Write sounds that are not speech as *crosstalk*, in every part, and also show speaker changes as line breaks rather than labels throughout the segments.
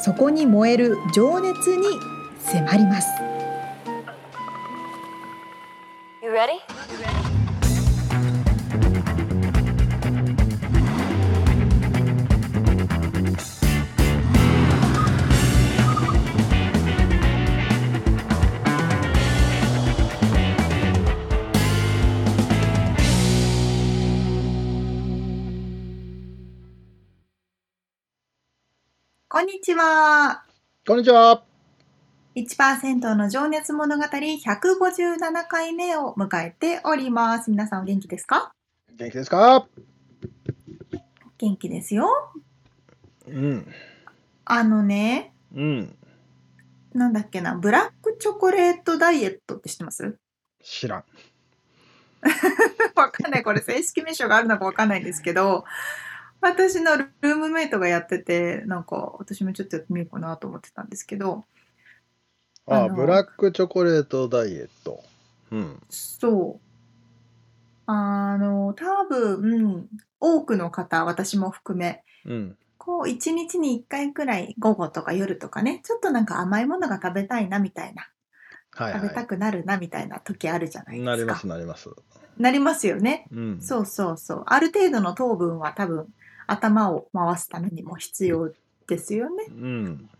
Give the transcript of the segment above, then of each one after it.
そこに燃える情熱に迫ります
You ready?
こんにちは
こんにちは。
1%の情熱物語157回目を迎えております皆さんお元気ですか
元気ですか
元気ですよ
うん。
あのね
うん。
なんだっけなブラックチョコレートダイエットって知ってます
知らん。
*laughs* わかんないこれ正式名称があるのかわかんないんですけど私のルームメイトがやっててなんか私もちょっとやってみようかなと思ってたんですけど
あ
あの
ブラックチョコレートダイエット。うん。
そう。あの、多分、多くの方、私も含め、
うん。
こう、一日に一回くらい、午後とか夜とかね、ちょっとなんか甘いものが食べたいな、みたいな、
はい
食べた
は。
くなるな、みたいな時あるじゃないい
な
で
り
すか。
ますなります。
なりますよね。
うん。
そうそうそう。ある程度の糖分は多分、頭を回すためにも必要ですよね。
うん。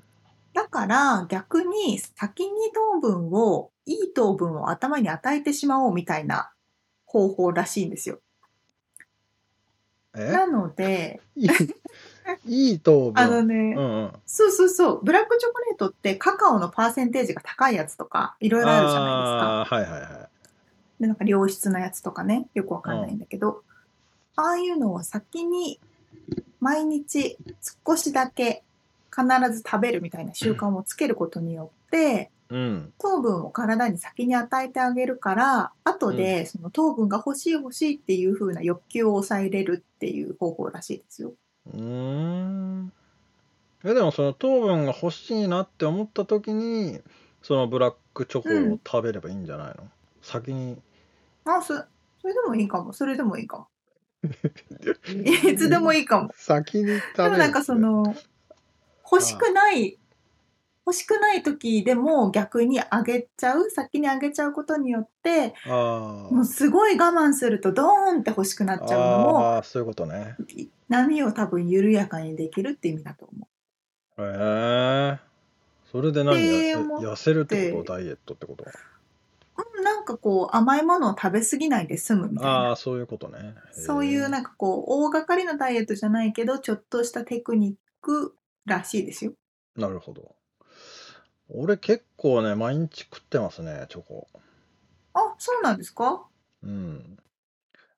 だから、逆に、先に糖分を、いい糖分を頭に与えてしまおう、みたいな方法らしいんですよ。
え
なので、
いい、いい糖分。
あのね、
うんうん。
そうそうそう、ブラックチョコレートってカカオのパーセンテージが高いやつとか、いろいろあるじゃないですか。
あーはいはいは
で、なんか良質なやつとかね、よくわかんないんだけど、ああいうのを先に毎日少しだけ必ず食べるみたいな習慣をつけることによって、
い。うん。
糖分を体に先に与えてあげるから、後でその糖分が欲しい欲しいっていう風な欲求を抑えれるっていう方法らしいですよ。
うーん。え、でもその糖分が欲しいなって思った時に、そのブラックチョコを食べればいいんじゃないの、先に。
あ、そ、それでもいいかも。それでもいいかも。いつでもいいかも。
先に食べ
で
る。
もなんかそ。の、欲しくない、欲しくない時でも逆にあげちゃう、先にあげちゃうことによって、
あ
もうすごい我慢するとドーンって欲しくな
あ。
っちゃうのも、
ああ、そういうことね。
波を多分緩やかにできるって意味だと思
へえそれで何
で
や
も
痩せるってことダイエットってこと
う。うんなんかこう甘いものを食べ過ぎないで済むみたい
あ
な。
あそういうことね
そういうなん
か
かこう大掛かりなダイエットじゃないけど、ちょっとしたテクニックらしいですよ。
なるほど俺結構ね毎日食ってますねチョコ
あ、そうなんですか
うん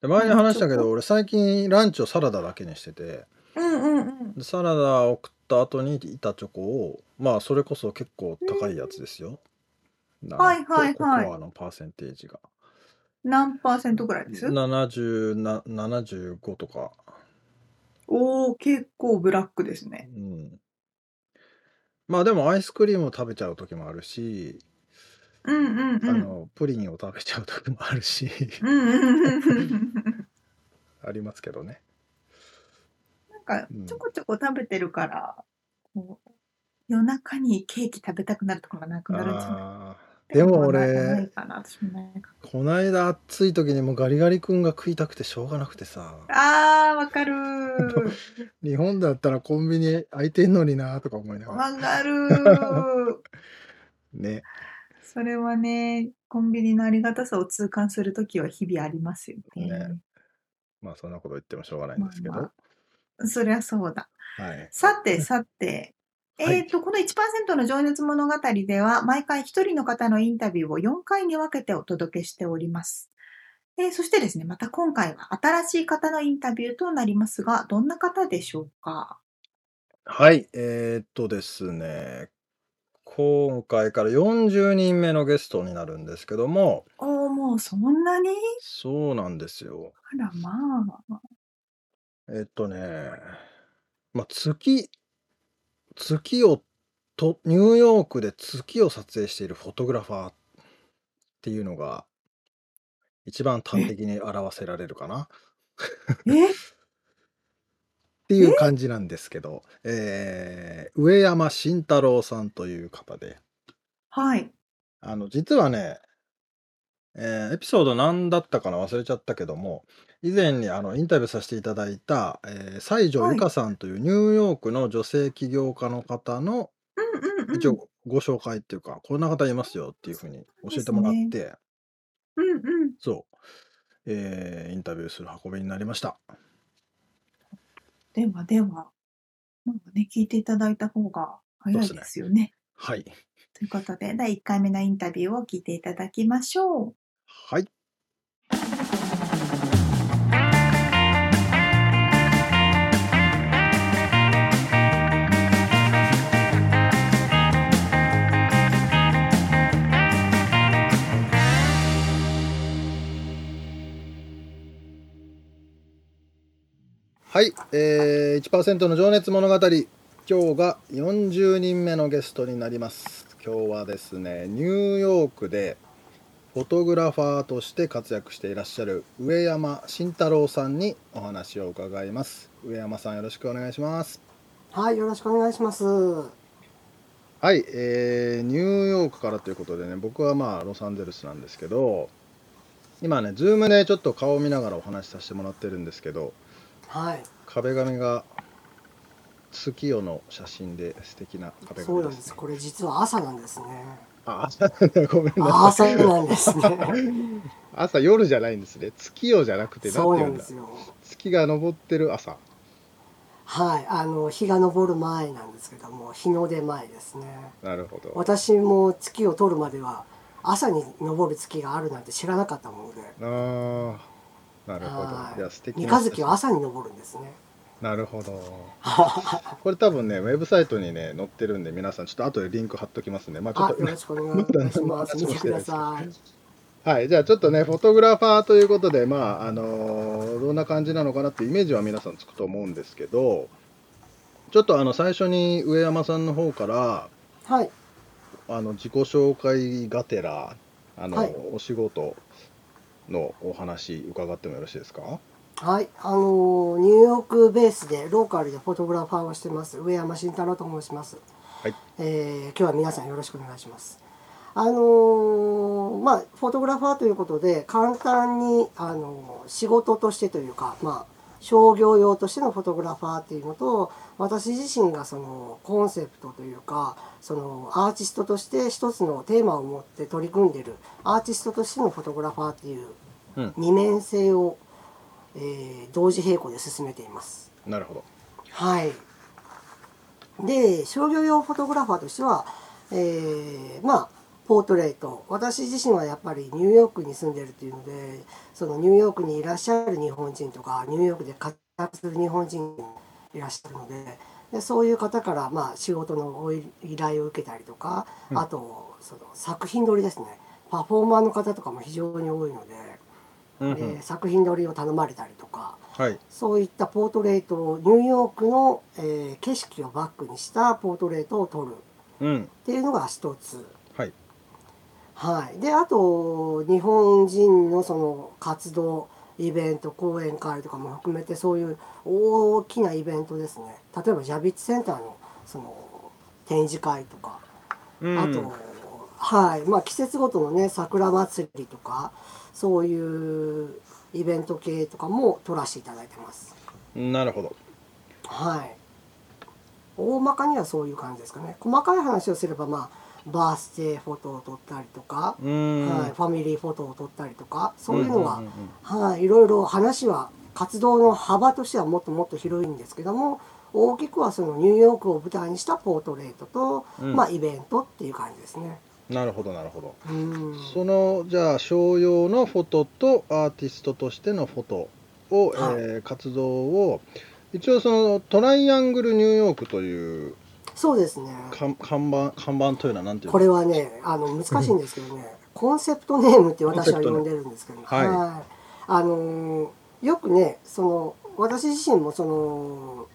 で前に話したけ
チョ
ど俺最近ランチをサラダだけにしてて
うんうんうん。
でサラダを食った後にいたチョコをまあそれこそ結構高いやつですよ、な
はいはい
ココ
はい
コアのパーセンテージが
何パーセントぐらいです
70な75とか
おお、結構ブラックですね。
うんまあでもアイスクリームを食べちゃう時もあるし、
うんうんうん。
あのプリンを食べちゃう時もあるし *laughs*
うんうんうん *laughs* うん。
ありますけどね
なんか、ちょこちょこ食べてるから、こう夜中にケーキ食べたくなるとかがなくなるんじゃない
あーでも
ない
俺
かな、私もないか
こないだ暑い時にもうガリガリ君が食いたくてしょうがなくてさ
*laughs* な。あー、わかる *laughs* ー。
日本だったらコンビニ空いてんのになとか思いながら
わかるー。
ね
それはね、コンビニのありがたさを痛感するときは日々ありますよね。
ねまあそんなこと言ってもしょうがないん
ま
ですけど、
あまあ、そりゃそうだ。
はい
さてさて、
はい
えっ、と、この1%の情熱物語では、毎回一人の方のインタビューを4回に分けてお届けしております。えーそしてですね、また今回は新しい方のインタビューとなりますが、どんな方でしょうか
はいえー、っとですね今回から40人目のゲストになるんですけども、
おお、もうそんなに
そうなんですよ。
あら、まあ。
えっとね、まあ、月、月をと、ニューヨークで月を撮影しているフォトグラファーっていうのが、一番端的に表せられるかな。
え
っていう感じなんですけど、えー上山慎太郎さんという方で、
はい。
あの、実はね、えーエピソード何だったかな忘れちゃったけども、以前にあのインタビューさせていただいた、えー西条
はい
ゆかさんというニューヨークの女性起業家の方の、
うんうんうん。
一応ご紹介っていうか、こんな方いますよっていうふうに教えてもらって、
うんうん。
そう、えーインタビューする運びになりました。
ではでは、まあね、聞いていただいた方が早い
そう
で
です
よね。
はい。
ということで、第1回目のインタビューを聞いていただきましょう。
はい。はい、えー、1%の情熱物語今日が40人目のゲストになります今日はですねニューヨークでフォトグラファーとして活躍していらっしゃる上山慎太郎さんにお話を伺います上山さんよろしくお願いします
はい、よろしくお願いします。
はい、えーニューヨークからということでね僕はまあロサンゼルスなんですけど今ねズームでちょっと顔を見ながらお話しさせてもらってるんですけど
はい、
壁紙が月夜の写真で素敵な壁
そ
紙
うなん
で
ですす。これ実は朝なんですね。
あ *laughs* 朝ごめんなさ
朝
い
なんですね。
朝夜じゃないんですね月夜じゃなくてなん
そう
て言
な
うんん
で
だ
すよ。
月が昇ってる朝
はい、あの日が昇る前なんですけども、日の出前ですね。
なるほど
私も月を取るまでは朝に昇る月があるなんて知らなかったもので。
ああ、なるほ
は
ど。いや、素敵
三
な
日月は朝に昇るんですね。
なるほ
*laughs*
ど。これ多分ね、ウェブサイトにね、載ってるんで、皆さん、ちょっと後でリンク貼っときますね。まあ、ちょ
あ
っ、と
よろしくお願いします。見てください。
*laughs* はい、じゃあちょっとね、フォトグラファーということで、まあ、あのーどんな感じなのかなってイメージは皆さんつくと思うんですけど、ちょっとあの、最初に上山さんの方から、
はい、
あの、自己紹介がてら、あの、
はい
お仕事のお話伺ってもよろしいですか
はい、あのニューヨークベースでローカルでフォトグラファーをしてます上山慎太郎と申します。
はい。
えー今日は皆さんよろしくお願いします。あのーまあフォトグラファーということで簡単に、あのー仕事としてというか、まあ、商業用としてのフォトグラファーっていうのと私自身がそのコンセプトというかそのアーティストとして一つのテーマを持って取り組んでるアーティストとしてのフォトグラファーっていう
うん
二面性を、えー同時並行で進めています。
なるほど。
はい。で、商業用フォトグラファーとしては、えーまあ、ポートレート。私自身はやっぱりニューヨークに住んでるっていうので、そのニューヨークにいらっしゃる日本人とか、ニューヨークで活躍する日本人もいらっしゃるので、でそういう方から、まあ、仕事のご依頼を受けたりとか、
うん
あと、その作品撮りですね。パフォーマーの方とかも非常に多いので、
うんうん
えー作品撮りを頼まれたりとか、
はい。
そういったポートレートをニューヨークの、えー景色をバックにしたポートレートを撮るっ
うん。
ていうのが一つ。
はい。
はい、であと日本人のその活動イベント講演会とかも含めてそういう大きなイベントですね例えばジャビッチセンターのその展示会とか
うん
あと、はい、まあ季節ごとのね、桜祭りとか、そういうイベント系とかも撮らせていただいてます。
なるほど。
はい。大まかにはそういう感じですかね。細かい話をすれば、まあ、バースデーフォトを撮ったりとか、
うーん。
はい、ファミリーフォトを撮ったりとか、そういうのは、
んんん
はい、いろいろ話は、活動の幅としてはもっともっと広いんですけども、大きくはそのニューヨークを舞台にしたポートレートと、
うん
まあイベントっていう感じですね。
うんなるほど、なるほど。
うん
その、じゃあ、商用のフォトとアーティストとしてのフォトを、
はい
えー活動を、一応そのトライアングルニューヨークという
そうですね。
看看板看板というのはなんていうの
これはね、あの難しいんですけどね、コンセプトネームって私は呼んでるんですけど、
コンセプトねはい
あのーよくね、その私自身もその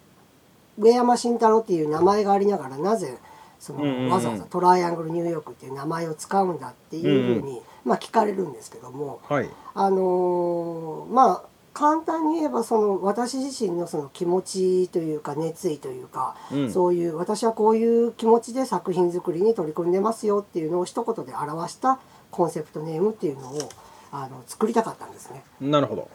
上山慎太郎っていう名前がありながらなぜその、
うんうんうん
わざわざトライアングルニューヨークっていう名前を使うんだっていうふうに、まあ聞かれるんですけども、
はい
あのーまあ簡単に言えばその私自身のその気持ちというか熱意というか、
うん
そういう私はこういう気持ちで作品作りに取り組んでますよっていうのを一言で表したコンセプトネームっていうのをあの作りたかったんですね。
なるほど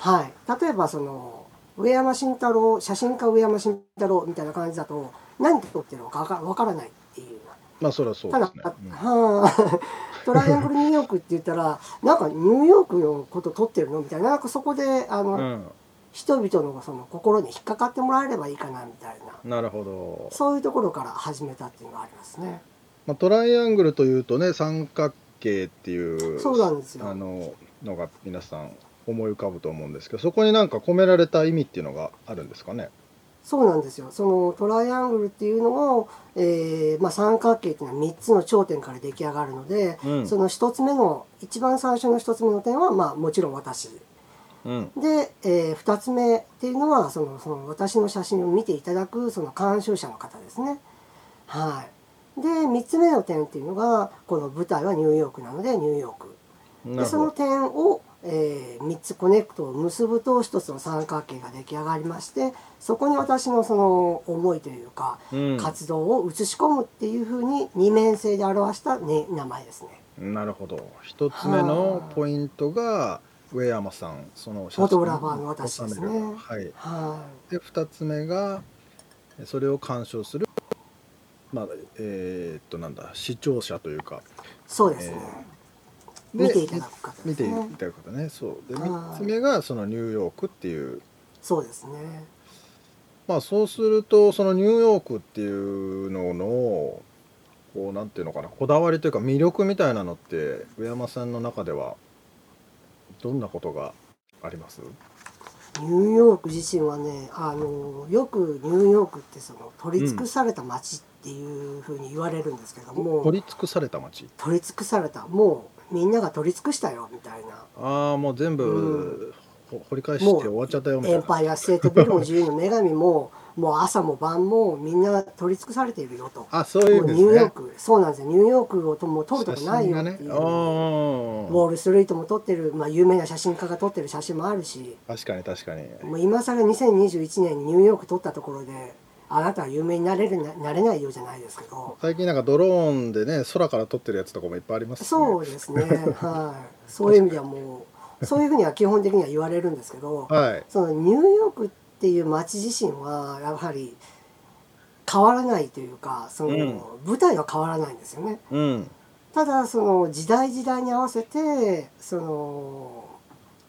はい、例えばその上山慎太郎写真家上山慎太郎みたいな感じだと何撮ってるのかわかわからないっていう
まあそれはそう
た
で
だ
すね、、
はあ、 *laughs* トライアングルニューヨークって言ったら、なんかニューヨークのこと撮ってるのみたいな、なんかそこで、あの、
うん、
人々のその心に引っかかってもらえればいいかなみたいな、
うん、なるほど、
そういうところから始めたっていうのがありますね。
まあ、トライアングルというとね三角形っていう
そうなんですよ
あののが皆さん思い浮かぶと思うんですけどそこになんか込められた意味っていうのがあるんですかね
そうなんですよ。そのトライアングルっていうのを、えーまあ、三角形っていうのは3つの頂点から出来上がるので、
うん
その1つ目の、一番最初の1つ目の点は、まあ、もちろん私。
うん
で、え2つ目っていうのはそのその私の写真を見ていただくその監修者の方ですね。はい、で3つ目の点っていうのがこの舞台はニューヨークなのでニューヨーク。
な
で
る
そ
ほ
の
ど
点を、え3つコネクトを結ぶと1つの三角形が出来上がりましてそこに私のその思いというか、
うん
活動を写し込むっていうふうに二面性で表した、ね、名前ですね。
なるほど一つ目のポイントが上山さんその
フォトグラファーの私ですね
収めるはい
はい
で2つ目がそれを鑑賞する、まあ、えーっとなんだ視聴者というか
そうですね、
で
見ていただく方ですね
見ていただく方ねそうで
はい
3つ目がそのニューヨークっていう
そうですね
まあそうするとそのニューヨークっていうののこうなんていうのかなこだわりというか魅力みたいなのって上山さんの中ではどんなことがあります
ニューヨーク自身はねあのよくニューヨークってその取り尽くされた街っていうふうに言われるんですけども、
取り尽くされた街
取り尽くされたもうみんなが取り尽くしたよみたいな
ああもう全部ほ掘り返して終わっちゃったよみたい
エン
な
パイアステートビルも自由の女神ももう朝も晩もみんな取り尽くされているよと
あそういう
も
んで
うニ
す
ューヨー
ね
クそうなんですよニューヨークをともう撮るとこないよ
写真が
って
ね
いう、
あー
ウォール・ストリートも撮ってる、まあ、有名な写真家が撮ってる写真もあるし
確かに確かに
もう今更2021年にニューヨーク撮ったところであなたは有名になれるななれないようじゃないですけど
最近なんかドローンでね空から撮ってるやつとかもいっぱいありますしね
そうですねはいそういう意味ではもうそういうふうには基本的には言われるんですけど
はい
そのニューヨークっていう街自身はやはり変わらないというかそ
う
の、
ん
舞台は変わらないんですよね。
うん
ただその時代時代に合わせてその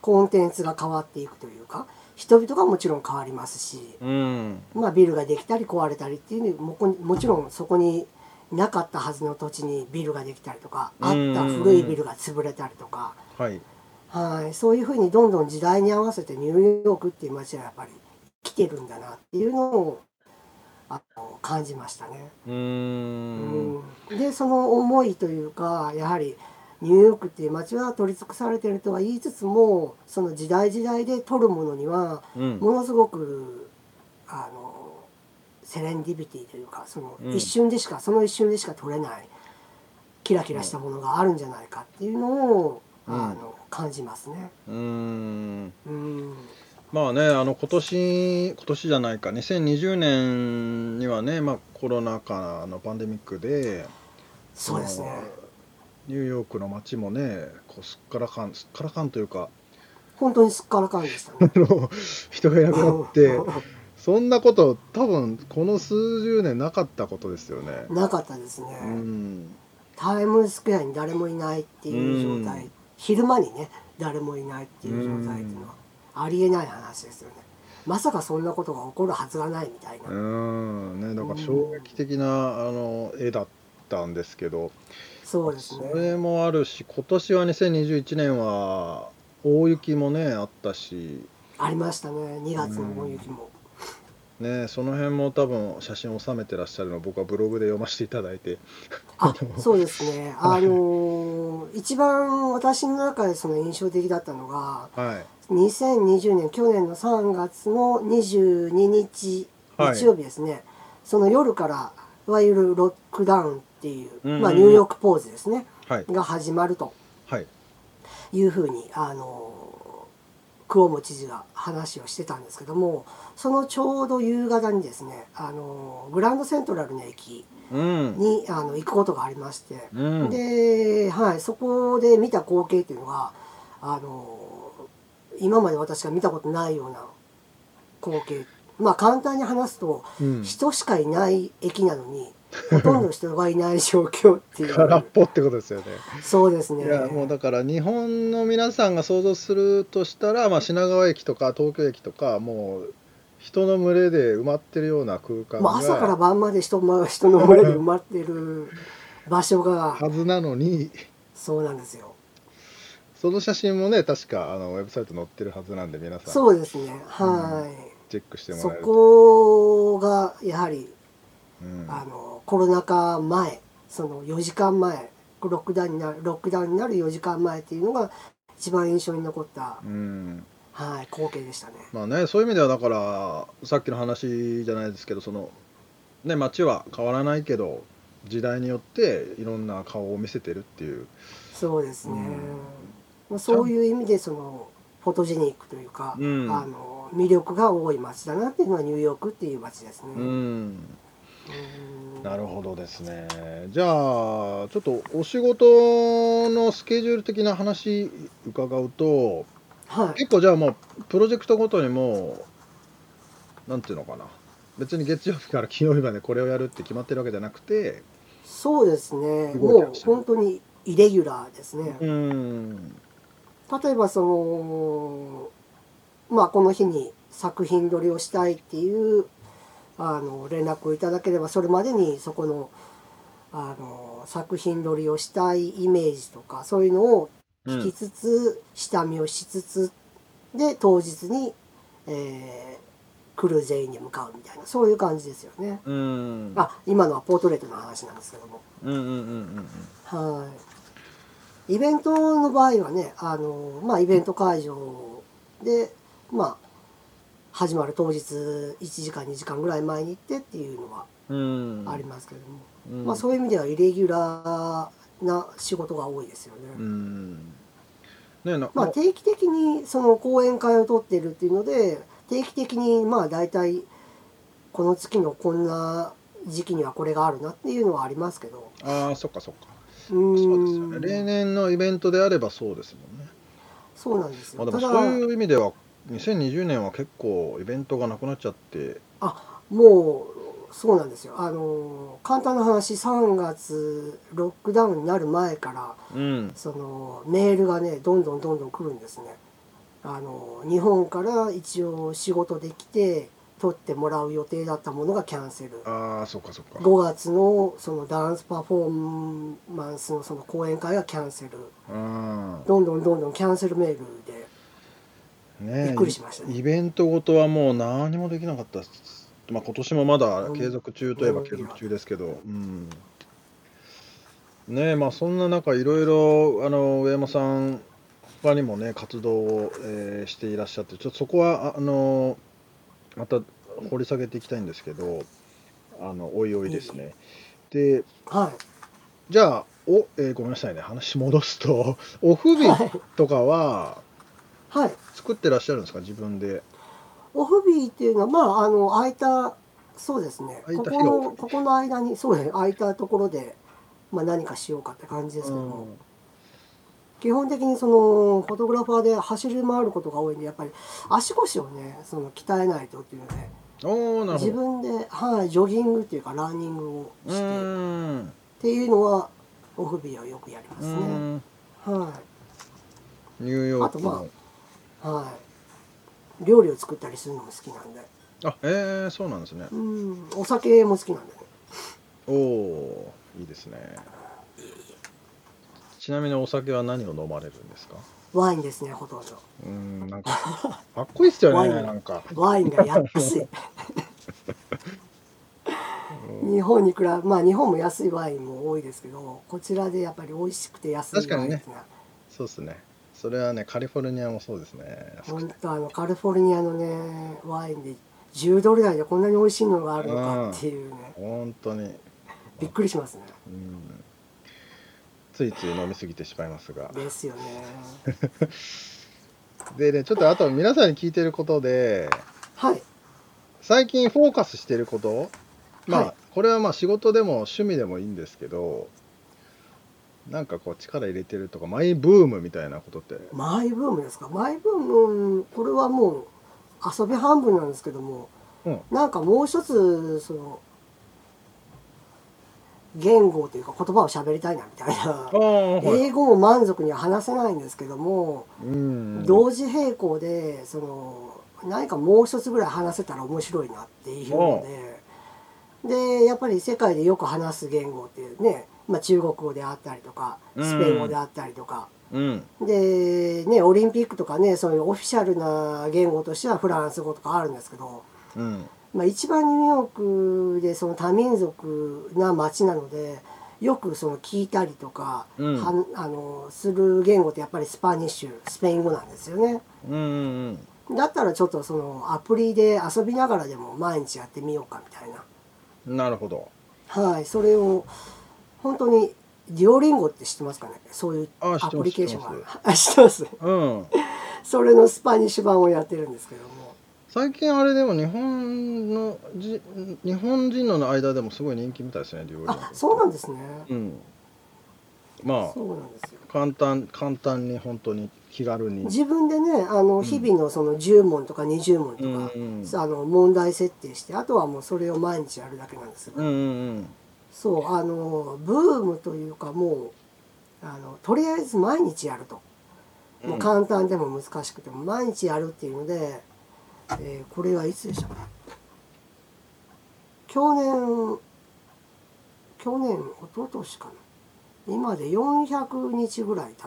コンテンツが変わっていくというか人々がもちろん変わりますし、
うん
まあ、ビルができたり壊れたりっていうもこもちろんそこになかったはずの土地にビルができたりとかあった古いビルが潰れたりとか、
はい
はい、そういうふうにどんどん時代に合わせてニューヨークっていう街はやっぱり来てるんだなっていうのをあの感じましたね。
うーん
うんでその思いというかやはりニューヨークっていう街は取り尽くされてるとは言いつつもその時代時代で撮るものには
うん
ものすごくあのセレンディビティというかその
うん
一瞬でしか、その一瞬でしか撮れないキラキラしたものがあるんじゃないかっていうのを、
うん
あの感じますね。
うーん
うん
まあねあの今年今年じゃないか2020年にはね、まあ、コロナ禍のパンデミックで
そうですね。
ニューヨークの街もねこうすっからかんすっからかんというか *laughs*
本当にすっからかんでしたね。
あの人がいなくな
*laughs*
ってそんなこと多分この数十年なかったことですよね。
なかったですね。
うん
タイムズスクエアに誰もいないっていう状態、
うん
昼間にね誰もいないっていう状態っていうのはありえない話ですよねまさかそんなことが起こるはずがないみたいな、
うんね、だから衝撃的なあの絵だったんですけど
そうです
そ
ね
れもあるし今年は2021年は大雪もねあったし
ありましたね2月の大雪も、
ねその辺も多分写真を収めてらっしゃるのを僕はブログで読ませていただいて
あそうですね、あのー一番私の中でその印象的だったのが、
はい
2020年、去年の3月の22
はい
日、日曜日ですね、その夜から、いわゆるロックダウンっていう、
うんうんうん
まあ、ニューヨークポーズですね、
はい
が始まると
はい
いうふうに、あのークオモ知事が話をしてたんですけども、そのちょうど夕方にですね、あのーグランドセントラルの駅
うん
にあの行くことがありまして、
うん
で、はい、そこで見た光景っていうのがあの今まで私が見たことないような光景まあ簡単に話すと、
うん
人しかいない駅なのにほとんど人がいない状況ってい
空っ
う
ぽってことですよね。
そうです
い
ね
やもうだから日本の皆さんが想像するとしたら、まあ、品川駅とか東京駅とかもう人の群れで埋まってるような空間
まあ、朝から
が
晩まで人ま人の群れで埋まってる場所が
はずなのに
そうなんですよ
その写真もね確かあのウェブサイト載ってるはずなんで皆さん
そうですねはい、
チェックしても
そ
らえると
こがやはり
うん
あのコロナ禍前その4時間前ロックダウンになるロックダウンになる4時間前っていうのが一番印象に残った、
うん
はい、光景でしたね。
まあね、そういう意味ではだからさっきの話じゃないですけどその、ね、街は変わらないけど時代によっていろんな顔を見せてるっていう、
そうですね、
うん
まあ、そういう意味でそのフォトジェニックというか、
うん
あの魅力が多い街だなっていうのはニューヨークっていう街ですね。
うん、
うん
なるほどですねじゃあちょっとお仕事のスケジュール的な話伺うと
はい、
結構じゃあもうプロジェクトごとにもうなんていうのかな別に月曜日から金曜日までこれをやるって決まってるわけじゃなくて
そうですね
すごい
も
で
う
すね
本当にイレギュラーですね。
うん
例えばそのまあこの日に作品撮りをしたいっていうあの連絡をいただければそれまでにそこのあの作品撮りをしたいイメージとかそういうのを
う
聞き
ん
つつ、下見をしつつで当日に、えークルーゼインに向かうみたいなそういう感じですよね。
うん
あ今のはポートレートの話なんですけども。
うんうんうんうん
はい。イベントの場合はね、あの、まあ、イベント会場で、まあ、始まる当日1時間2時間ぐらい前に行ってっていうのは
うん
ありますけれども、
うん
まあそういう意味ではイレギュラーな仕事が多いですよね。
うんねな
まあ定期的にその講演会を取っているっていうので定期的にまあ大体この月のこんな時期にはこれがあるなっていうのはありますけど。
ああそっかそっか
うーん
そうですよね例年のイベントであればそうですもんね、
そうなんです
ま
よ。
あ、でも
ただ
そういう意味では2020年は結構イベントがなくなっちゃって
もうそうなんですよあの簡単な話3月ロックダウンになる前から
うん
そのメールがねどんどんどんどん来るんですねあの日本から一応仕事できて取ってもらう予定だったものがキャンセル
ああそっかそっか
5月のそのダンスパフォーマンスのその講演会がキャンセル
うん
どんどんどんどんキャンセルメールで
ねえ
びっくりしましたね
イベントごとはもう何もできなかったっすまあ今年もまだ継続中といえば継続中ですけど、うん、ねえまあそんな中いろいろあの上山さん他にもね活動を、えーしていらっしゃってちょっとそこはああのまた掘り下げていきたいんですけどあのおいおいですね。で
は
じゃあお、えーごめんなさいね話戻すとオフ日とかはい
はい
作ってらっしゃるんですか自分で。
オフ日っていうのは、まあ、あの、空いた、そうですね。
空い
こ
た
この、
広く
ここの間に、そうですね、空いたところで、まあ、何かしようかって感じですけども、基本的にその、フォトグラファーで走り回ることが多いんで、やっぱり足腰をね、その、鍛えないとっていうので、
おーなるほど
自分で、はい、ジョギングっていうか、ランニングを
う
して、っ
ーん
ていうのは、オフ日はよくやりま
う
すね。
ーん
は
ニューヨーク
あと
の
い。はい。料理を作ったりするのも好きなんで、
あえー、そうなんですね
うん、お酒も好きなんで、ね。
おおーいいですねちなみにお酒は何を飲まれるんですか
ワインですね、ほとんど。 *laughs*
うーんなんかかっこいいっすよ
ワ
ね
イン
なんか
ワインが安い。日本に比べまあ日本も安いワインも多いですけどこちらでやっぱり美味しくて安い
確
ワ
か
イ
に
ン
ね
っていうのは
そうですねそれはねカリフォルニアもそうですね安く
本
て
当あのカリフォルニアのねワインで10ドル台でこんなに美味しいのがあるのかっていうね
本当に
びっくりしますね
うんついつい飲みすぎてしまいますが
ですよね
でねちょっとあと皆さんに聞いてることで
はい
最近フォーカスしてることまあ、
はい
これはまあ仕事でも趣味でもいいんですけどなんかこう力入れてるとかマイブームみたいなことって
マイブームですかマイブームこれはもう遊び半分なんですけども、
うん
なんかもう一つその言語というか言葉を喋りたいなみたいな
ああ *laughs* はい、
英語を満足には話せないんですけども、
うん
同時並行でその何かもう一つぐらい話せたら面白いなっていうので、でやっぱり世界でよく話す言語っていうね、まあ、中国語であったりとか
うん
スペイン語であったりとか、
うん
でねオリンピックとかねそういうオフィシャルな言語としてはフランス語とかあるんですけど、
うん
まあ、一番ニューヨークでその多民族な街なのでよくその聞いたりとか、
うん
はんあのする言語ってやっぱりスパニッシュスペイン語なんですよね。
うんうん
だったらちょっとそのアプリで遊びながらでも毎日やってみようかみたいな。
うんなるほど
はい、それを本当にディオリンゴって知ってますかねそういう
あ知
ア
ってます
プリケーション
知って
があ知ってます
うん
それのスパニッシュ版をやってるんですけども
最近あれでも日本のじ日本人の間でもすごい人気みたいですね料理
あそうなんですね
うんま
そうなんですよ
あ簡単簡単に本当に気軽に
自分でねあの日々のその10問とか20問とか、
うんうん
あの問題設定してあとはもうそれを毎日やるだけなんですよ、
うんうん
そうあのブームというかもうあのとりあえず毎日やると、
うん
もう簡単でも難しくても毎日やるっていうので、えーこれはいつでしたかね去年去年一昨年かな今で400日ぐらい経って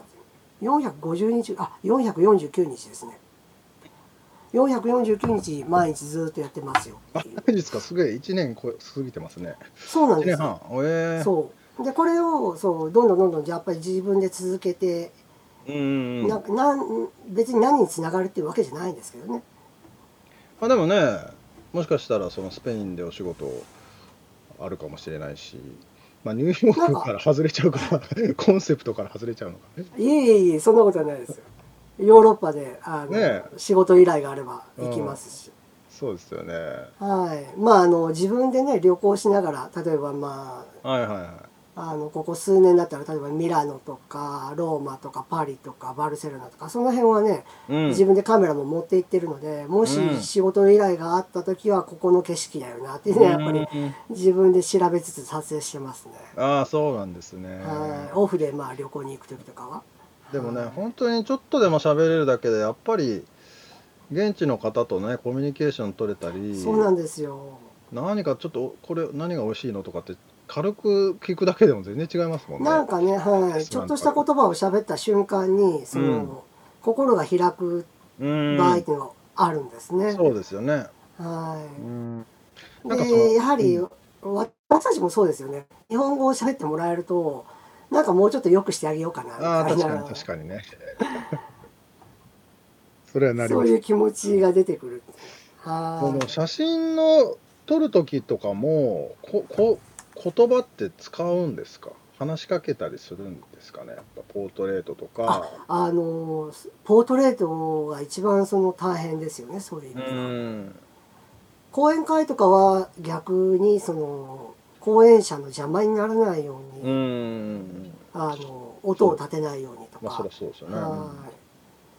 る450日あ449日ですね449日毎日ずっとやってますよっていう
マジですかすげえ1年こ過ぎてますね
そうなん
1
です
年
よ
半ええ
そうでこれをそうどんどんどんどんじゃあやっぱり自分で続けて、
うんうんうん
ななん別に何につながるっていうわけじゃないんですけどね
まあでもねもしかしたらそのスペインでお仕事あるかもしれないしまあニューヨークから外れちゃうからコンセプトから外れちゃうのかね
いえいえいえそんなことはないですよヨーロッパであの、
ね
仕事依頼があれば行きますし、
そうですよね
はいまああの自分でね旅行しながら例えばまあ
はいはいは
あのここ数年だったら例えばミラノとかローマとかパリとかバルセロナとかその辺はね、
い、うん、
自分でカメラも持って行ってるのでも
うん
し仕事依頼があった時はここの景色だよなっていうのはやっぱり
うんうんうん
自分で調べつつ撮影してますね。
ああそうなんですね
はい、オフでまあ旅行に行く時とかは。
でもね
はい
本当にちょっとでも喋れるだけでやっぱり現地の方とねコミュニケーション取れたり
そうなんですよ。
何かちょっとこれ何が美味しいのとかって軽く聞くだけでも全然違いますもんね
なんかね、はい、ちょっとした言葉を喋った瞬間に、その、
うん
心が開く
うん
場合っていうのがあるんですね。
そうですよね
は
うん
い。
なんかその
で、やはり、私たちもそうですよね。日本語を喋ってもらえると、なんかもうちょっと良くしてあげようかなみ
ああ
たい
確
な。
かに確かにねそれはなり
そ
ま
う
す
いう気持ちが出てくる。は
この
い。
写真の撮る時とかもここ言葉って使うんですか話しかけたりするんですかねやっぱポートレートとか
あのポートレートが一番その大変ですよねそういう意味では、
ん
講演会とかは逆にその講演者の邪魔にならないよ
う
うに、
ん
あの音を立てないようにと
まあそり
か
ゃ、そうですよね
はい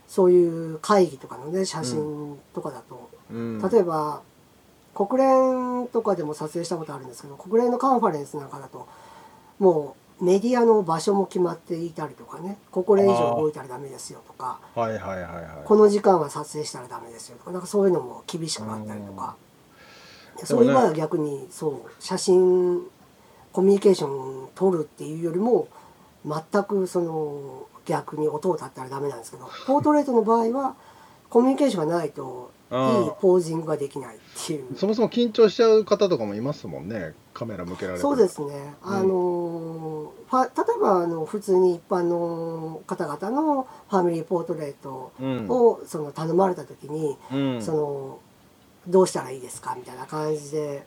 そういう会議とかのね写真とかだと、
うん
例えば国連とかでも撮影したことあるんですけど国連のカンファレンスなんかだともうメディアの場所も決まっていたりとかねここれ以上動いたらダメですよとか。
はいはいはいはい
この時間は撮影したらダメですよとかなんかそういうのも厳しくなったりとか、
ん
そういう場合は逆にそう写真コミュニケーション取るっていうよりも全くその逆に音を立ったらダメなんですけどポートレートの場合はコミュニケーションがないといい
あ
ポージングができないっていう
ーそもそも緊張しちゃう方とかもいますもんねカメラ向けられて
そうですね、あのファ例えばあの普通に一般の方々のファミリーポートレート
うん
をその頼まれた時に、
うん
そのどうしたらいいですかみたいな感じで、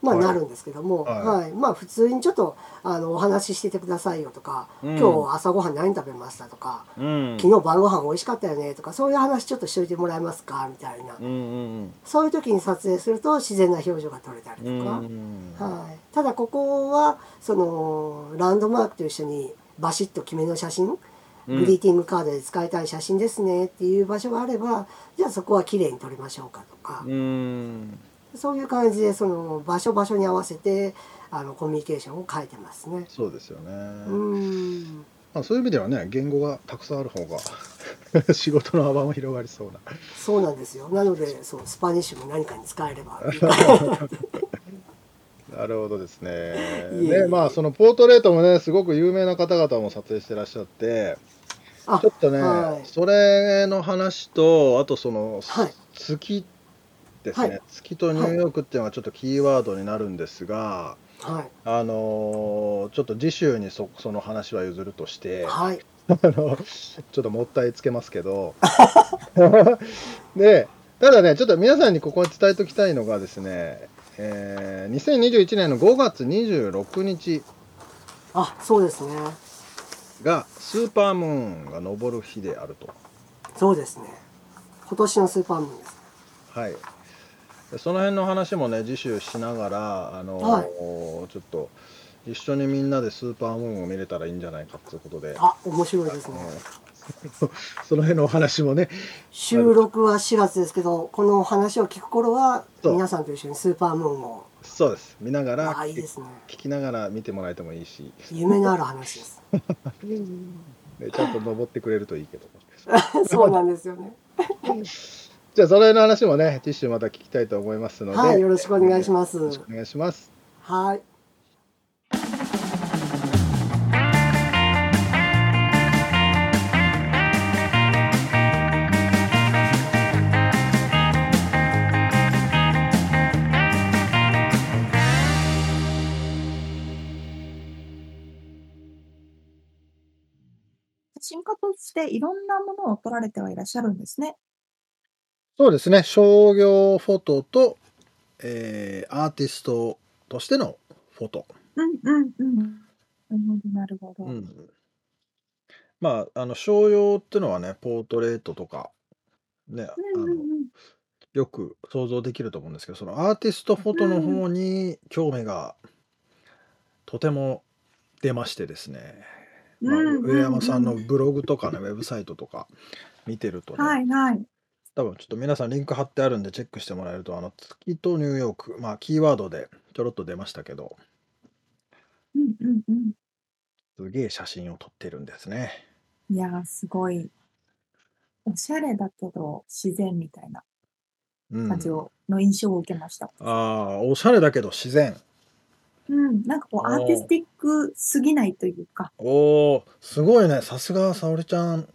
まあ、
はい
なるんですけども、
は
はいいまあ、普通にちょっとあのお話ししててくださいよとか、
うん
今日朝ごはん何食べましたとか、
うん
昨日晩ご飯美味しかったよねとかそういう話ちょっとしといてもらえますかみたいな、
うんうん
そういう時に撮影すると自然な表情が撮れたりと
う
か。
んうん
はい、ただここはそのランドマークと一緒にバシッと決めの写真、
うん
グリーティングカードで使いたい写真ですねっていう場所があればじゃあそこは綺麗に撮りましょうかとか、
うん
そういう感じでその場所場所に合わせてあのコミュニケーションを変えてますね。
そうですよね、
うん
まあ、そういう意味ではね言語がたくさんある方が *laughs* 仕事の幅も広がりそうな
そうなんですよなのでそうスパニッシュも何かに使え
*laughs*
れば
なるほどですね。
いえいえ
ねまあそのポートレートもねすごく有名な方々も撮影してらっしゃって
あ
ちょっとね、
はい
それの話とあとその、
はい
月ですね、
はい
月とニューヨークっていうのがちょっとキーワードになるんですが、
はい
あのーちょっと次週にそその話は譲るとして。
はい
あのちょっともったいつけますけど *laughs* でただねちょっと皆さんにここに伝えておきたいのがですね、えー2021年の5月26日
あそうですね
がスーパームーンが昇る日であると、
そうですね今年のスーパームーンです
はい、でその辺の話もね自習しながらあの、
はい
ちょっと一緒にみんなでスーパームーンを見れたらいいんじゃないかということで
あ面白いですね
その辺のお話もね
収録は4月ですけどこの話を聞く頃は
そう
皆さんと一緒にスーパームーンを
そうです見ながら
ああいいですね
聞きながら見てもらえてもいいし。
夢のある話です
*laughs* ねちゃんと登ってくれるといいけど。
そうなんですよね
じゃあ、それの話もね、ティッシュまた聞きたいと思いますので。
はいよろしくお願いします
よろしくお願いします。
はい
写真家としていろんなものを撮られてはいらっしゃるんですね。
そうですね、商業フォトと、えーアーティストとしてのフォト。
うんうんうん。なるほど、なるほど。
うんまあ、あの商用ってのはね、ポートレートとか、ね、あ
うんうん
の
うん
よく想像できると思うんですけど、そのアーティストフォトの方に興味がとても出ましてですね。ま
う
あ
んうんうん
上山さんのブログとかね、ウェブサイトとか見てるとね、
はいはい。
多分ちょっと皆さんリンク貼ってあるんでチェックしてもらえると、あの月とニューヨーク、まあキーワードでちょろっと出ましたけど、
うんうんうん。
すげえ写真を撮ってるんですね。
いやー、すごい。おしゃれだけど自然みたいな
うん、
感じを、の印象を受けました。
ああ、おしゃれだけど自然。
うん、なんかこう
おー
アーティスティックすぎないというか。
おお、すごいね。さすが沙織ちゃん。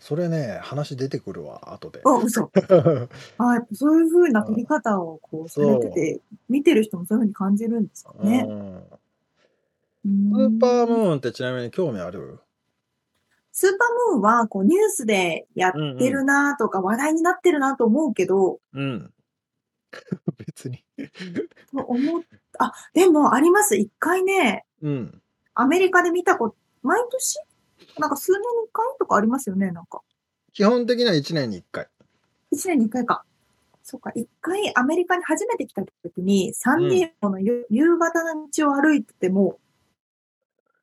それね、話出てくるわ、後で。
お、嘘。
*laughs*
あやっぱそういう風な撮り方をこうされてて、見てる人もそういう風に感じるんですかね。
うん
ス
スーパー
ン。
ムーンってちなみに興味ある
スーパームーンはこうニュースでやってるなとか話題になってるなと思うけど、
うん。 *laughs* 別に。
と思っあ、でもあります。一回ね、
うん。
アメリカで見たこと、毎年なんか数年に一回とかありますよね、なんか。
基本的には1年に1回。
一年に一回か。そうか、一回アメリカに初めて来た時に、サンディエゴの夕,、夕方の道を歩いてても、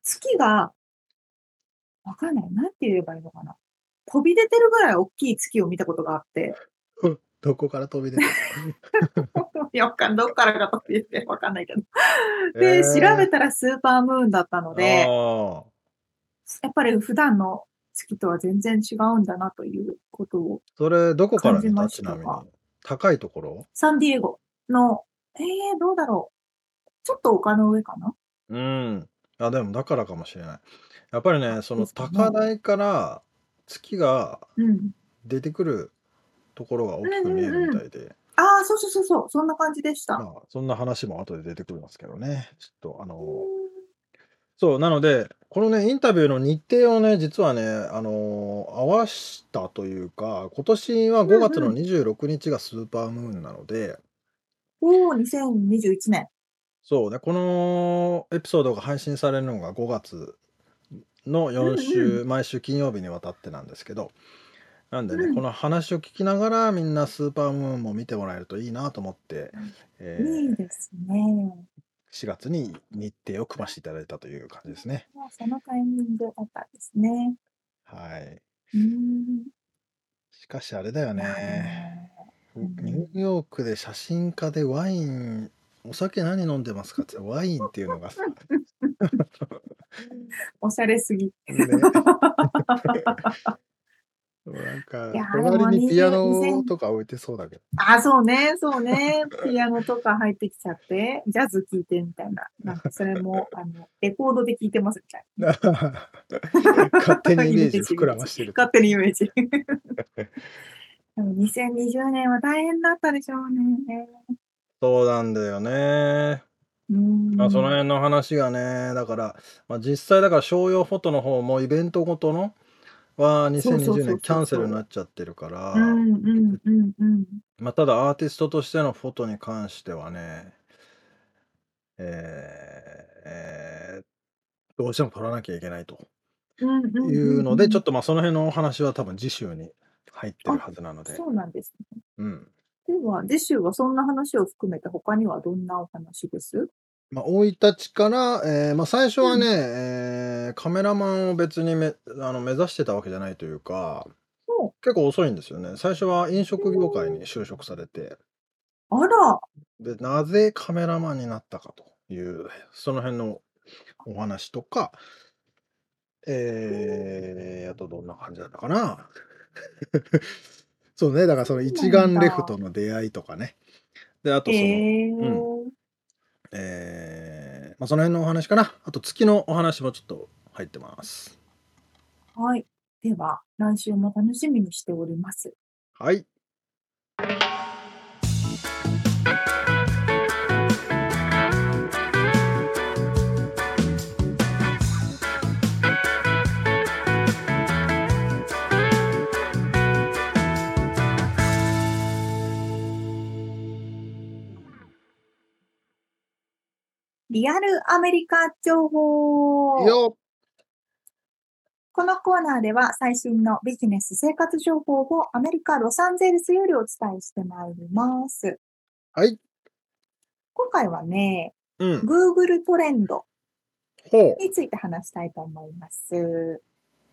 月が、わかんない。なんて言えばいいのかな。飛び出てるぐらい大きい月を見たことがあって、
どこから飛び出て
*laughs* いやわかんどっからが飛び出てるかわかんないけど。
る
で、調べ
て
たらスーパームーンだった *laughs* ので、やっぱり普段の月とは全然違うんだなということを、
それ、どこから
感じ
見た
ま
ち
し
な
た
みに
か。
高いところ
サンディエゴの、えー、どうだろう。ちょっと丘の上かな
うん。あ、でもだからかもしれない。やっぱりね、そ
そう
の
ですかね
高台から月が
うん。
出てくるところが大きく見えるみたいで、
ああ、そうそうそうそう、そんな感じでした。
まあ、そんな話も後で出てくるんですけどね。ちょっと、あの
うーん
そう、なので、このね、インタビューの日程をね、実はね、あのー合わしたというか、今年は5月
う
の
ん
26日がスーパームーンなので、
おお、2021年。
そうね、このエピソードが配信されるのが5月の4週、
うん
毎週金曜日にわたってなんですけど、なんでね、
うん
この話を聞きながら、みんなスーパームーンも見てもらえるといいなと思って、えー
いいですね。
4月に日程を組ませていただいたという感じですね。
もうそのタイミングだったんですね。
はい。
うーん。
しかしあれだよね。
ん
ニューヨークで写真家でワイン、お酒何飲んでますかって、ワインっていうのがさ、
*laughs* おしゃれすぎ。
ねなんか
いや、ー
隣にピア
でも
ノ
2000
とか置いてそうだけど。 *laughs*
あ、そうね、そうね。ピアノとか入ってきちゃって、ジャズ聴いてみたいな。なんかそれも、あの、レコードで聴いてますみたいな。
勝手にイメージ膨らましてる。
勝手にイメージ。でも2020年は大変だったでしょうね。
そうなんだよね。
うーん。
まあ、その辺の話がね、だから、まあ、実際だから商用フォトの方もイベントごとのは
そうそうそう
2020
そう
年キャンセルになっちゃってるから、
うんうんうんうん。
まあ、ただアーティストとしてのフォトに関してはね、えーえーどうしても撮らなきゃいけないと。
うんうんうんうん
いうので、ちょっとまあその辺のお話は多分次週に入ってるはずなので、
そうなんですね。
うん。
では、次週はそんな話を含めて他にはどんなお話です
まあ、生い立ちから、えーまあ、最初はね、えーカメラマンを別にめあの目指してたわけじゃないというか、
そ
結構遅いんですよね。最初は飲食業界に就職されて、
う。あら、
で、なぜカメラマンになったかという、その辺のお話とか、えー、あとどんな感じだったかな。 *laughs* そうね、だからその一眼レフとの出会いとかね。で、あとその、
えー
えーまあ、その辺のお話かな。あと月のお話もちょっと入ってます。
はい。では、来週も楽しみにしております。
はい。
リアルアメリカ情報
いいよ
このコーナーでは最新のビジネス生活情報をアメリカ・ロサンゼルスよりお伝えしてまいります。
はい。
今回はね、
うん。
Google トレンド
ほう。
について話したいと思います。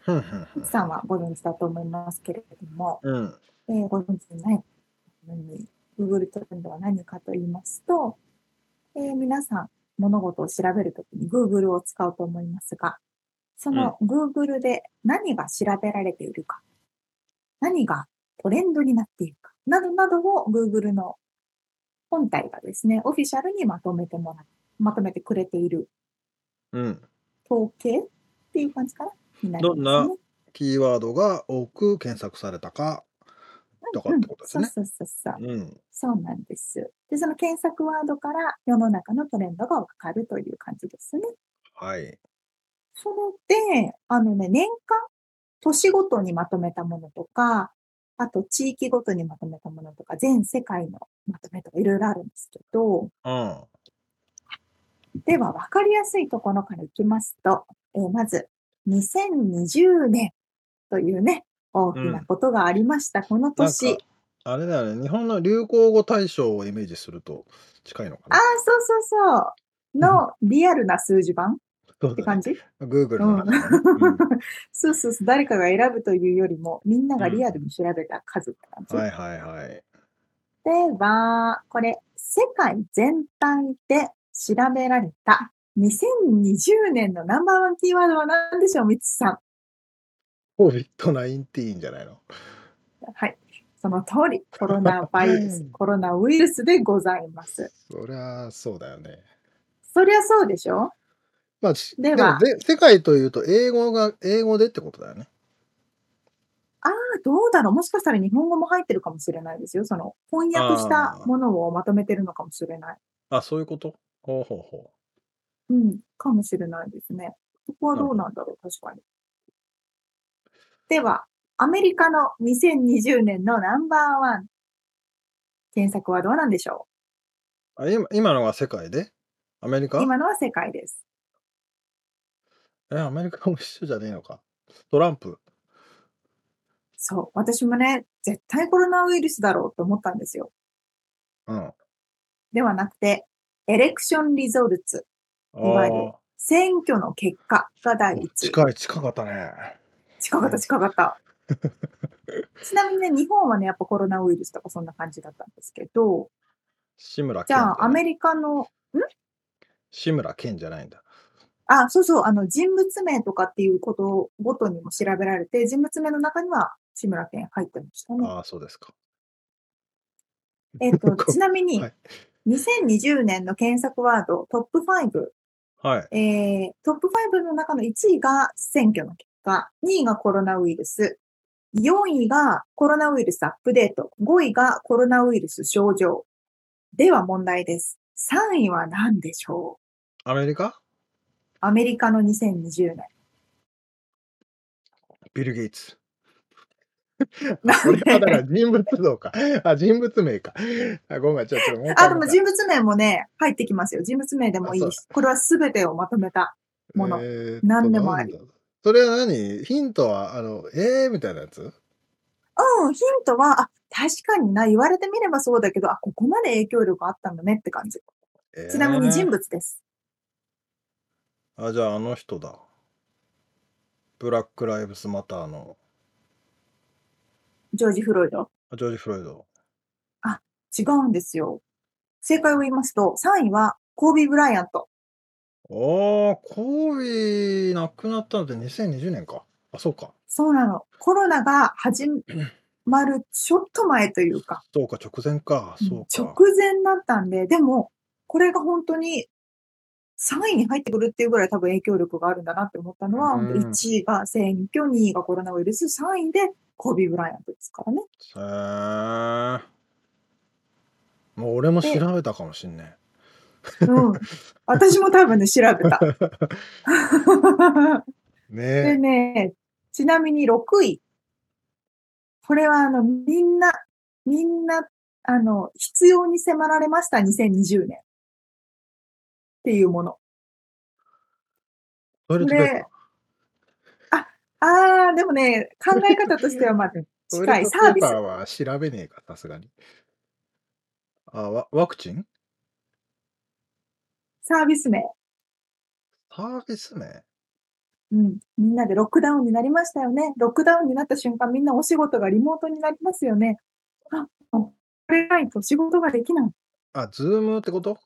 ふんふんふん
ミキさんはご存知だと思いますけれども、
うん。
えーご存知ないのに、Google トレンドは何かと言いますと、えー皆さん物事を調べるときに Google を使うと思いますが、その Google で何が調べられているか、何がトレンドになっているか、などなどを Google の本体がですね、オフィシャルにまとめてもら、まとめてくれている
うん。
統計っていう感じかなになります
どん
ね。
なキーワードが多く検索されたか、とかってことです
うん
ね。
そうそうそうそう。
うん。
そうなんです。で、その検索ワードから世の中のトレンドがわかるという感じですね。
はい。
それで、あのね、年間、年ごとにまとめたものとか、あと地域ごとにまとめたものとか、全世界のまとめとかいろいろあるんですけど、
うん。
ではわかりやすいところからいきますと、えーまず、2020年というね、大きなことがありました、この
なん
年。
か、あれだよね。日本の流行語大賞をイメージすると近いのか
ああ
な。、
そうそうそう。のリアルな数字版
そう
って
だ
感
ね。
じ
Google の話だね。
そうそうそう、誰かが選ぶというよりも、みんながリアルに調べた数って感じ。
うんはいはいはい。
では、これ、世界全体で調べられた2020年のナンバーワンキーワードは何でしょう、みつさん。
COVID-19 じゃないの。
はい。その通り、コロナバイル
*laughs* う
ス
ん、
コロナウイルスでございます。
そりゃそうだよね。
そりゃそうでしょ
まあ、し
で
で
は
もで世界というと英語が英語でってことだよね。
ああ、どうだろう。もしかしたら日本語も入ってるかもしれないですよ。その翻訳したものをまとめてるのかもしれない。
あ、そういうことほうほうほ
うん、かもしれないですね。そこはどうなんだろう、確かに。では、アメリカの2020年のナンバーワン。検索はどうなんでしょ
う。あ今今のは世界でアメリカ
う今のは世界です。
え、アメリカも一緒じゃねえのか。トランプ。
そう、私もね、絶対コロナウイルスだろうと思ったんですよ。
うん。あ
ではなくて、エレクションリゾルツ、いわゆる
あ。
選挙の結果が第一位。
近い、近かったね。
近かった、近かった。ちなみにね、日本はね、やっぱコロナウイルスとかそんな感じだったんですけど、
志村
じ
けん
ゃ
だね
あ、アメリカの、
志村けんじゃないんだ。
あ、そうそう、あの、人物名とかっていうことごとにも調べられて、人物名の中には志村けん入ってましたね。
ああ、そうですか。
えっと、ちなみに
はい、
2020年の検索ワードトップ5、
はい。
えー、トップ5の中の1位が選挙の結果、2位がコロナウイルス、4位がコロナウイルスアップデート、5位がコロナウイルス症状。では問題です。3位は何でしょう
アメリカ
アメリカの2020年。
ビル・ゲイツ。
なん
これはだから
で
人物像か。あ、人物名か。あごめん、ちょっともう一回
あ、でも人物名もね、入ってきますよ。人物名でもい
あそう
いし、これは全てをまとめたもの。
えーっと
何でもあり
なんだそれは何ヒントは、あの、えーみたいなやつ
うん、ヒントは、あ、確かにな、言われてみればそうだけど、あ、ここまで影響力あったんだねって感じ。ちなみに人。
えー
物です。
あ、じゃああの人だ。ブラック・ライブス・マターの
ジョージ・フロイド。
あジョージ・フロイド。
違うんですよ。正解を言いますと、3位はコービー・ブライアント。
ああ、コービー亡くなったのって2020年か。あ、そうか。
そうなの。コロナが始まるちょっと前というか、
そうか、直前か。そう
直
か。
前だったんで、でも、これが本当に3位に入ってくるっていうぐらい多分影響力があるんだなって思ったのは、
うん
1位が選挙、2位がコロナウイルス、3位でコービー・ブライアントですからね。
*laughs* へーもう俺も調べたかもしんね
うん。私も多分ね、調べ
*laughs*
た。
え。ね
でね、ちなみに6位。これはあの、みんな、みんな、あの、必要に迫られました、2020年。っていうもの。
トイレットペー
で、あ、あーでもね、考え方と
*laughs*
しては、まあ、
パー。トイレ
近い
ット
サー
ペー
ビ
パ
ス
ー。は調べねえか、さすがに。あ、ワワクチン
サービス名。
サービス名
うん。みんなでロックダウンになりましたよね。ロックダウンになった瞬間、みんなお仕事がリモートになりますよね。あ、これないと仕事ができない。
あ、ズームって
*laughs*
こと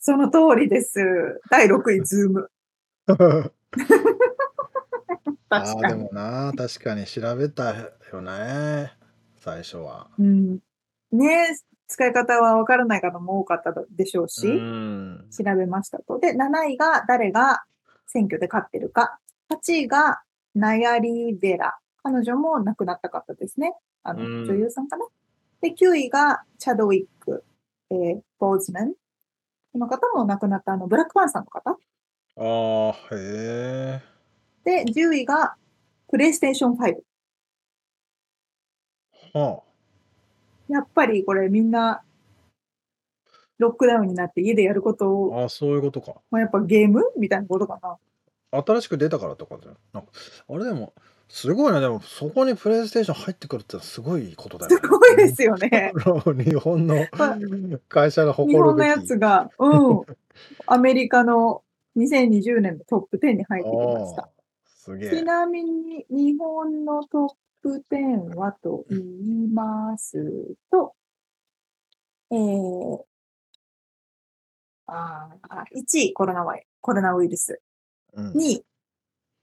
その通りです。第6位、
*laughs*
ズーム。
あ
確
ー
か
で
に。
もな、確かに調べたよね。最初は。
うん。ねえ使い方は分からない方も多かったでしょうし、
うん。
調べましたと。で、7位が誰が選挙で勝ってるか。8位がナヤリデラ。彼女も亡くなった方ですね。あの、
うん
女優さんかな。で、9位がチャドウィック、えー、ボーズマン。この方も亡くなったあの、ブラックパンサーの方。
ああ、へえ。
で、10位がプレイステーション5。
は
やっぱりこれみんな、ロックダウンになって家でやることを、
あ。あそういうことか。
まあ、やっぱゲームみたいなことかな。
新しく出たからとかじゃんなんかあれでもすごいねでもそこにプレイステーション入ってくるってすごいことだよね
すごいですよね。
あの *laughs* 日本の
まあ
会社の
日
誇る
本
べ
の
き
やつが、うん、 *laughs* アメリカの2020年のトップ10に入ってきまし
あ
た
あ。すげ
ち
え
なみに日本のトップ10はと言いますと、えー、あーあ1位コロナワイコロナウイルス、
うん
2位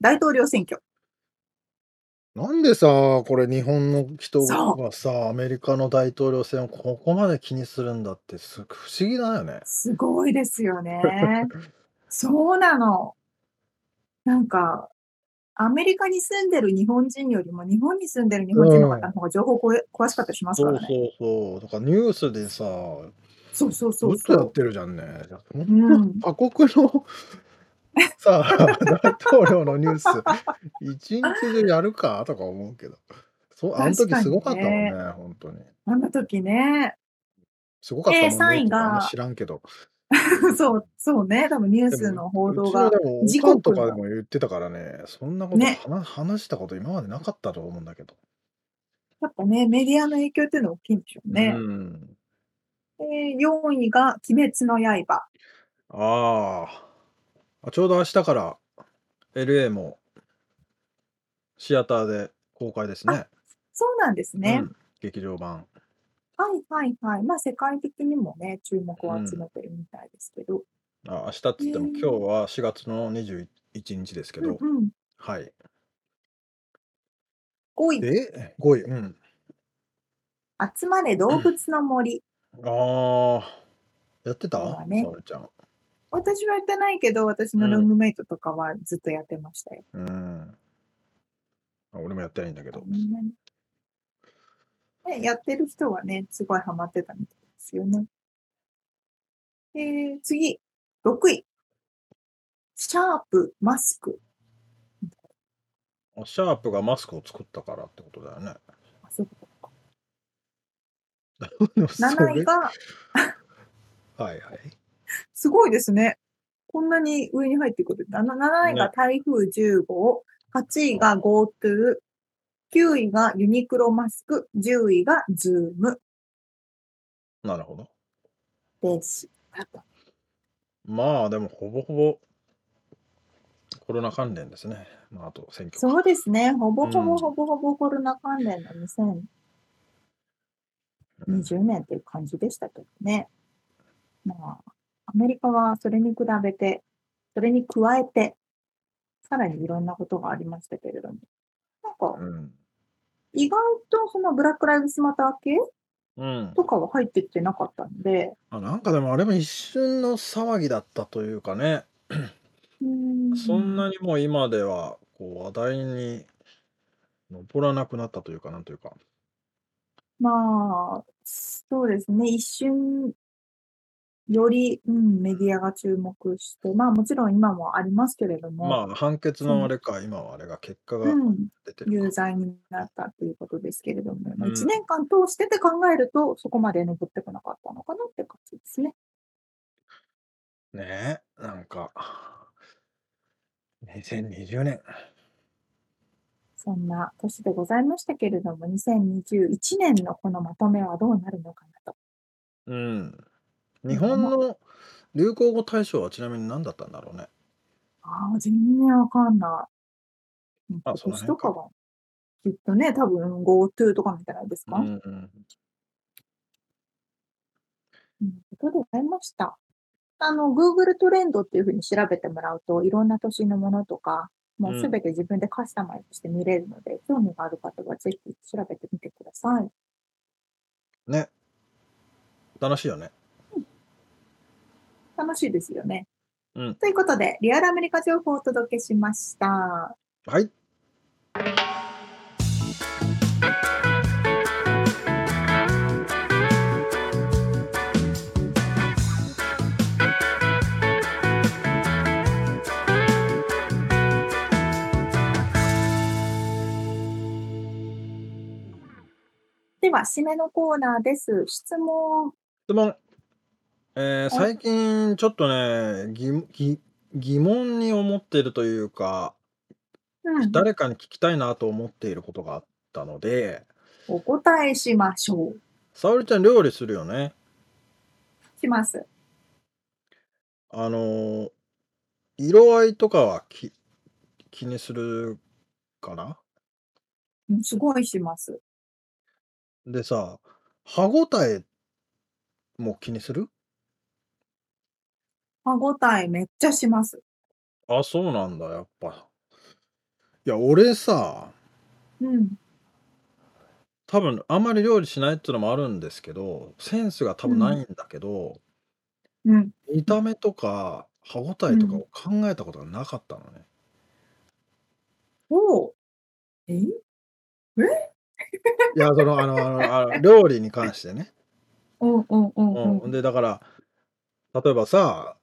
大統領選挙、
なんでさこれ日本の人
そ
がさアメリカの大統領選をここまで気にするんだってす不思議だよね
すごい
*laughs*
ですよね。そうなの。なんか、アメリカに住んでる日本人よりも、日本に住んでる日本人の方の方が情報こえ詳しかったりします
そ
か
う
らね。
そうそう。だからニュースでさ、
そうそう
ず
そうそ
っとやっ
う。
てるじゃんね。ほんと
うん。
他国
*laughs*
のさあ、大統領のニュース、一日中やるかとか思うけど。そう、あの時
確かにね
すごかったもんね、本当に。
あの時ね、 *laughs*
すごかったもんね。
で三位が
とかあんま知らんけど。
そう、そうね、多分ニュースの報道が
うち。の
時刻
でも、おかんと
の
かでも言ってたからね、そんなこと
ね
話話したこと今までなかったと思うんだけど。
やっぱね、メディアの影響っていうのは大きいんでしょうね
う。ん。
で、4位が鬼滅の刃。
あーあ。ちょうど明日から LA もシアターで公開ですね。
そうなんですね。
うん劇場版。
はいはいはい。まあ世界的にもね、注目を集めてるみたいですけど。
あ明日っつっても
ね
今日は4月の21日ですけ
うん
ど。
うん。
はい。
5位、
で、5位。うん。
集まれ動物の森。
ああ。やってた
そう
沙
だね
織ちゃん。
私はやってないけど、私のルームメイトとかはずっとやってましたよ。
うん。あ俺もやってないんだけど。
みんなねねやってる人はね、すごいハマってたみたいですよね。えー、次、6位。シャープ、マスク。
あシャープがマスクを作ったからってことだよね。
あそういうことか
*laughs* でもそれ
7位が、
はいはい。
すごいですね。こんなに上に入ってくる。あの7位が台風10号、8位が GoTo、9位がユニクロマスク、10位が Zoom
なるほど。
です。
まあでもほぼほぼコロナ関連ですね。まああと選挙。
そうですね。ほぼほ
う
ぼ
ん
ほぼほぼコロナ関連の
うん
2020年という感じでしたけどね。まあ、アメリカはそれに比べて、それに加えて、さらにいろんなことがありましたけれども。なんか、
うん。
意外とそのブラック・ライブズ・マター系
うん
とかは入ってってなかったんで、
あなんかでもあれも一瞬の騒ぎだったというかね、そんな
に
にもう今ではこう話題に上らなくなったというか、なんというか。
まあそうですね一瞬より、うん、メディアが注目してまあもちろん今もありますけれども、
まあ判決のあれか、今はあれが結果が
うん、
出て
有
るか。
罪になったということですけれども、まあ
うん
1年間通してて考えるとそこまで残ってこなかったのかなって感じですね。
ねえ、なんか、2020年。
そんな年でございましたけれども2021年のこのまとめはどうなるのかなと。
うん。日本の流行語大賞はちなみに何だったんだろうね。
ああ、全然わかんない。
あ
今
その
年
辺
と
か
かは、きっとね、多分 GoTo とかみたいなのですか、
う
うん、
んうん
ことでございました。あの、Google トレンドっていうふうに調べてもらうと、いろんな年のものとか、もうすべて自分でカスタマイズして見れるので、興味がある方はぜひ調べてみてください。
ね。楽しいよね。
楽しいですよね。
うん
ということで、リアルアメリカ情報をお届けしました。
はい。
では、締めのコーナーです。質問。
質問。えー
い
最近ちょっとね疑疑疑問に思っているというか
うん、
誰かに聞きたいなと思っていることがあったので
お答えしましょう。
沙織ちゃん料理するよね
します。
あのー色合いとかはき気にするかな
うんすごいします。
でさ歯ごたえも気にする
歯ごたえめっちゃします。
あそうなんだやっぱいや俺さ
うん。
多分あんまり料理しないっていうのもあるんですけどセンスが多分ないんだけど、
うん。
見た目とか歯ごたえとか
うん
を考えたことがなかったのね。
おうえ
いやそのあのあのあの料理に関してね、
うんうんうんう
うん
ん。
でだから例えばさ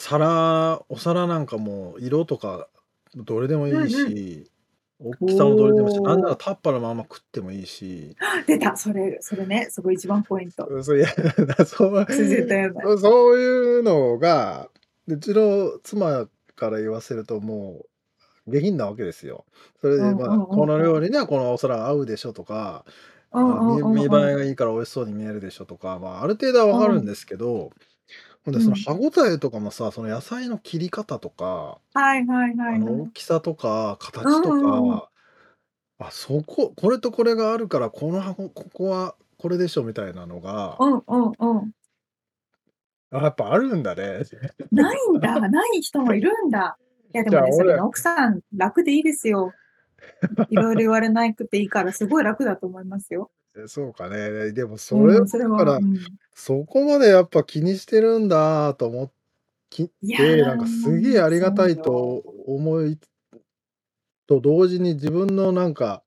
皿お皿なんかもう色とかどれでもいいし、大きさもどれでもいいし
おー
なんならタッパーのまま食ってもいいし
出た、それ、それね、そこ一番ポイント。
うんそういや *laughs* そう
それ絶対やばい。
そういうのがうちの妻から言わせるともう下品なわけですよ。それで、
うん
ま
う
あ
んうん
この料理にはこのお皿が合うでしょとか、
うんうんうんうん
見見栄えがいいから美味しそうに見えるでしょとか、まあ、ある程度はわかるんですけど、ほんでその歯ごたえとかもさその野菜の切り方とか、
はいはいは
あ
い
の
は
大
い。
きさとか形とか、
うんうんうん
あそここれとこれがあるからこの箱ここはこれでしょみたいなのが、
うんうんうん。
あやっぱあるんだね。
ないんだ、ない人もいるんだ。いやでもね、
じゃあ
それね
俺
奥さん楽でいいですよ。いろいろ言われなくていいから、すごい楽だと思いますよ。
そうかね。でもそれ、
うん、それ
だから
は。うん
そこまでやっぱ気にしてるんだと思って、
いやー
なんかすげえありがたいと思いと同時に自分のなんか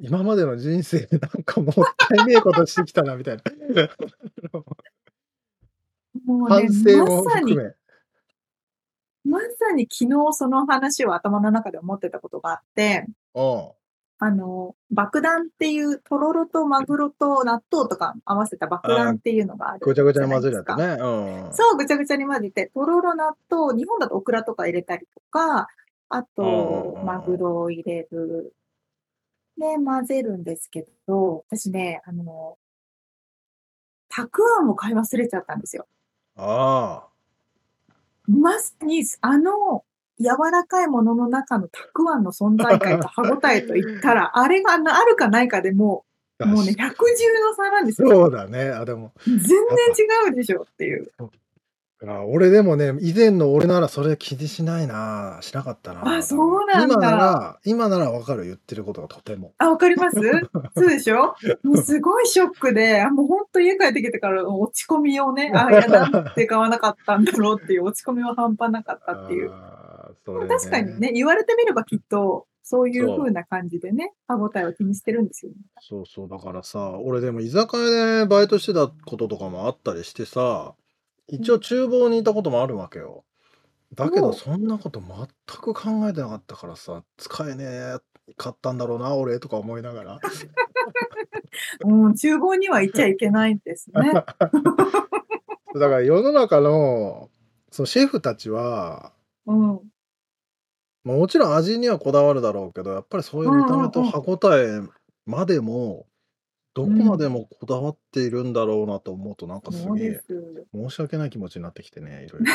今までの人生でなんかもったいねえことしてきたなみたいな
*laughs* もうね
反省も
まさに
含め。
まさに昨日その話を頭の中で思ってたことがあって、
うん
あの、爆弾っていう、とろろとマグロと納豆とか合わせた爆弾っていうのがある
ごちゃごちゃに混ぜる
じ
や
ゃないですか
つね。うん。
そう、ぐちゃぐちゃに混ぜて、とろろ納豆、日本だとオクラとか入れたりとか、あ
うんうん
と
う、ん
マグロを入れる。で、混ぜるんですけど、私ね、あの、たくあんを買い忘れちゃったんですよ。
あ
まさに、あの、柔らかいものの中のたくあんの存在感と歯応えといったら、あれがなあるかないかでも
あ。
う、もうね、百獣の差なんですよ。
そうだね。あ、でも、
全然違うでしょっていう。
あ俺でもね、以前の俺ならそれ気にしないな、しなかったな。
あそうなんだ
今なら、今ならわかる、言ってることがとても。
あ、わかり
*laughs*
ますそうでしょもうすごいショックで、あもう本当家帰ってきてから落ち込みをね、
*laughs*
あ、いや、なんて買わなかったんだろうっていう落ち込みは半端なかったっていう。
*laughs* あーそれね
確かにね、言われてみればきっと、そういう風な感じでね、歯応えを気にしてるんですよね。
そうそう、だからさ、俺でも居酒屋でバイトしてたこととかもあったりしてさ、一応厨房にいたこともあるわけよ。だけ
お
ど、
う
そんなこと全く考えてなかったからさ、使えねえ、買ったんだろうな、俺とか思いながら。
うん、厨房には行っちゃいけないんです
*laughs*
ね。
だから世の中の、そのシェフたちは、
うん。
まあもちろん味にはこだわるだろうけど、やっぱりそういう見た目と
うんうんうん
歯応えまでも、どこまでもこだわっているんだろうなと思うと、なんかす
そう
げ
で
え
す。
申し訳ない気持ちになってきてね、いろい
*laughs*
ろ。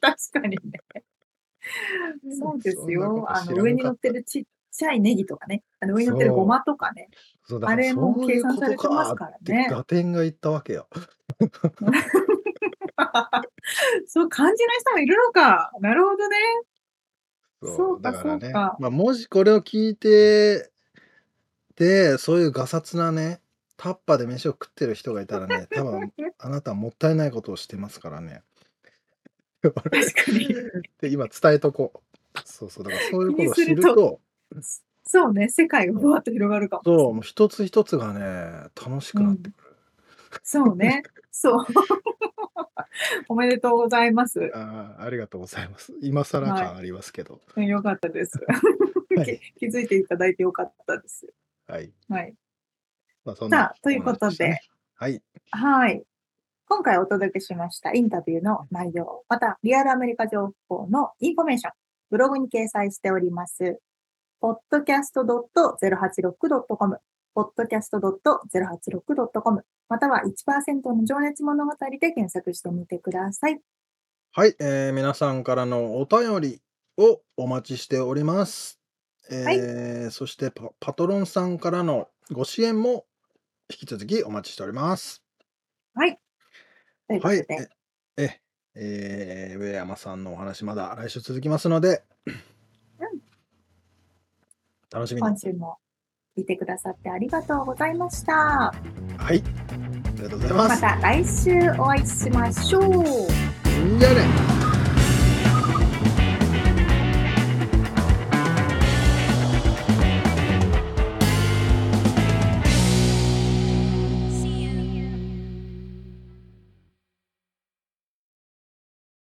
確かにね。そうです
そんな
よ
こ。と
あ
知らなかった
の、上に乗ってるちっちゃいネギとかね、あの上に乗ってるごまとかね。
そうだ
あ
から
れも
そう
計
いう
算
こ
さ
と
れてます
か
から
って
ね。
ガテンが言ったわけよ。
そう感じない人もいるのか。なるほどね。そうか
だか
そ
らね
うか。
まあ、もしこれを聞いて、で、そういうガサツなね、タッパーで飯を食ってる人がいたらね、多分あなたはもったいないことをしてますからね。 *laughs*
確かに。
で、今伝えとこう。そうそう、だからそういうことを知る
気にする
と、
そうね、世界がふわっと広がるかも。
そう、もう一つ一つがね、楽しくなってくる。
そうね。そう。 *laughs* おめでとうございます。
あーありがとうございます。今更感ありますけど。
よかったです。 *laughs*
はい。
気づいていただいてよかったです。
はい。
はい。
まあ、そん
さ
な
あ、ということで、
はい。
はい。今回お届けしましたインタビューの内容、またリアルアメリカ情報のインフォメーション、ブログに掲載しております。podcast.086.com、podcast.086.com、または1%の情熱物語で検索してみてください。
はい、えー皆さんからのお便りをお待ちしております。えーそしてパパトロンさんからのご支援も引き続きお待ちしております。
というこ
は
と
い
で、、
えええー上山さんのお話まだ来週続きますので、楽しみに。
今週も聞いてくださってありがとうございました。
はい、ありがとうございま。
ますた来週お会いしましょう。
じゃあね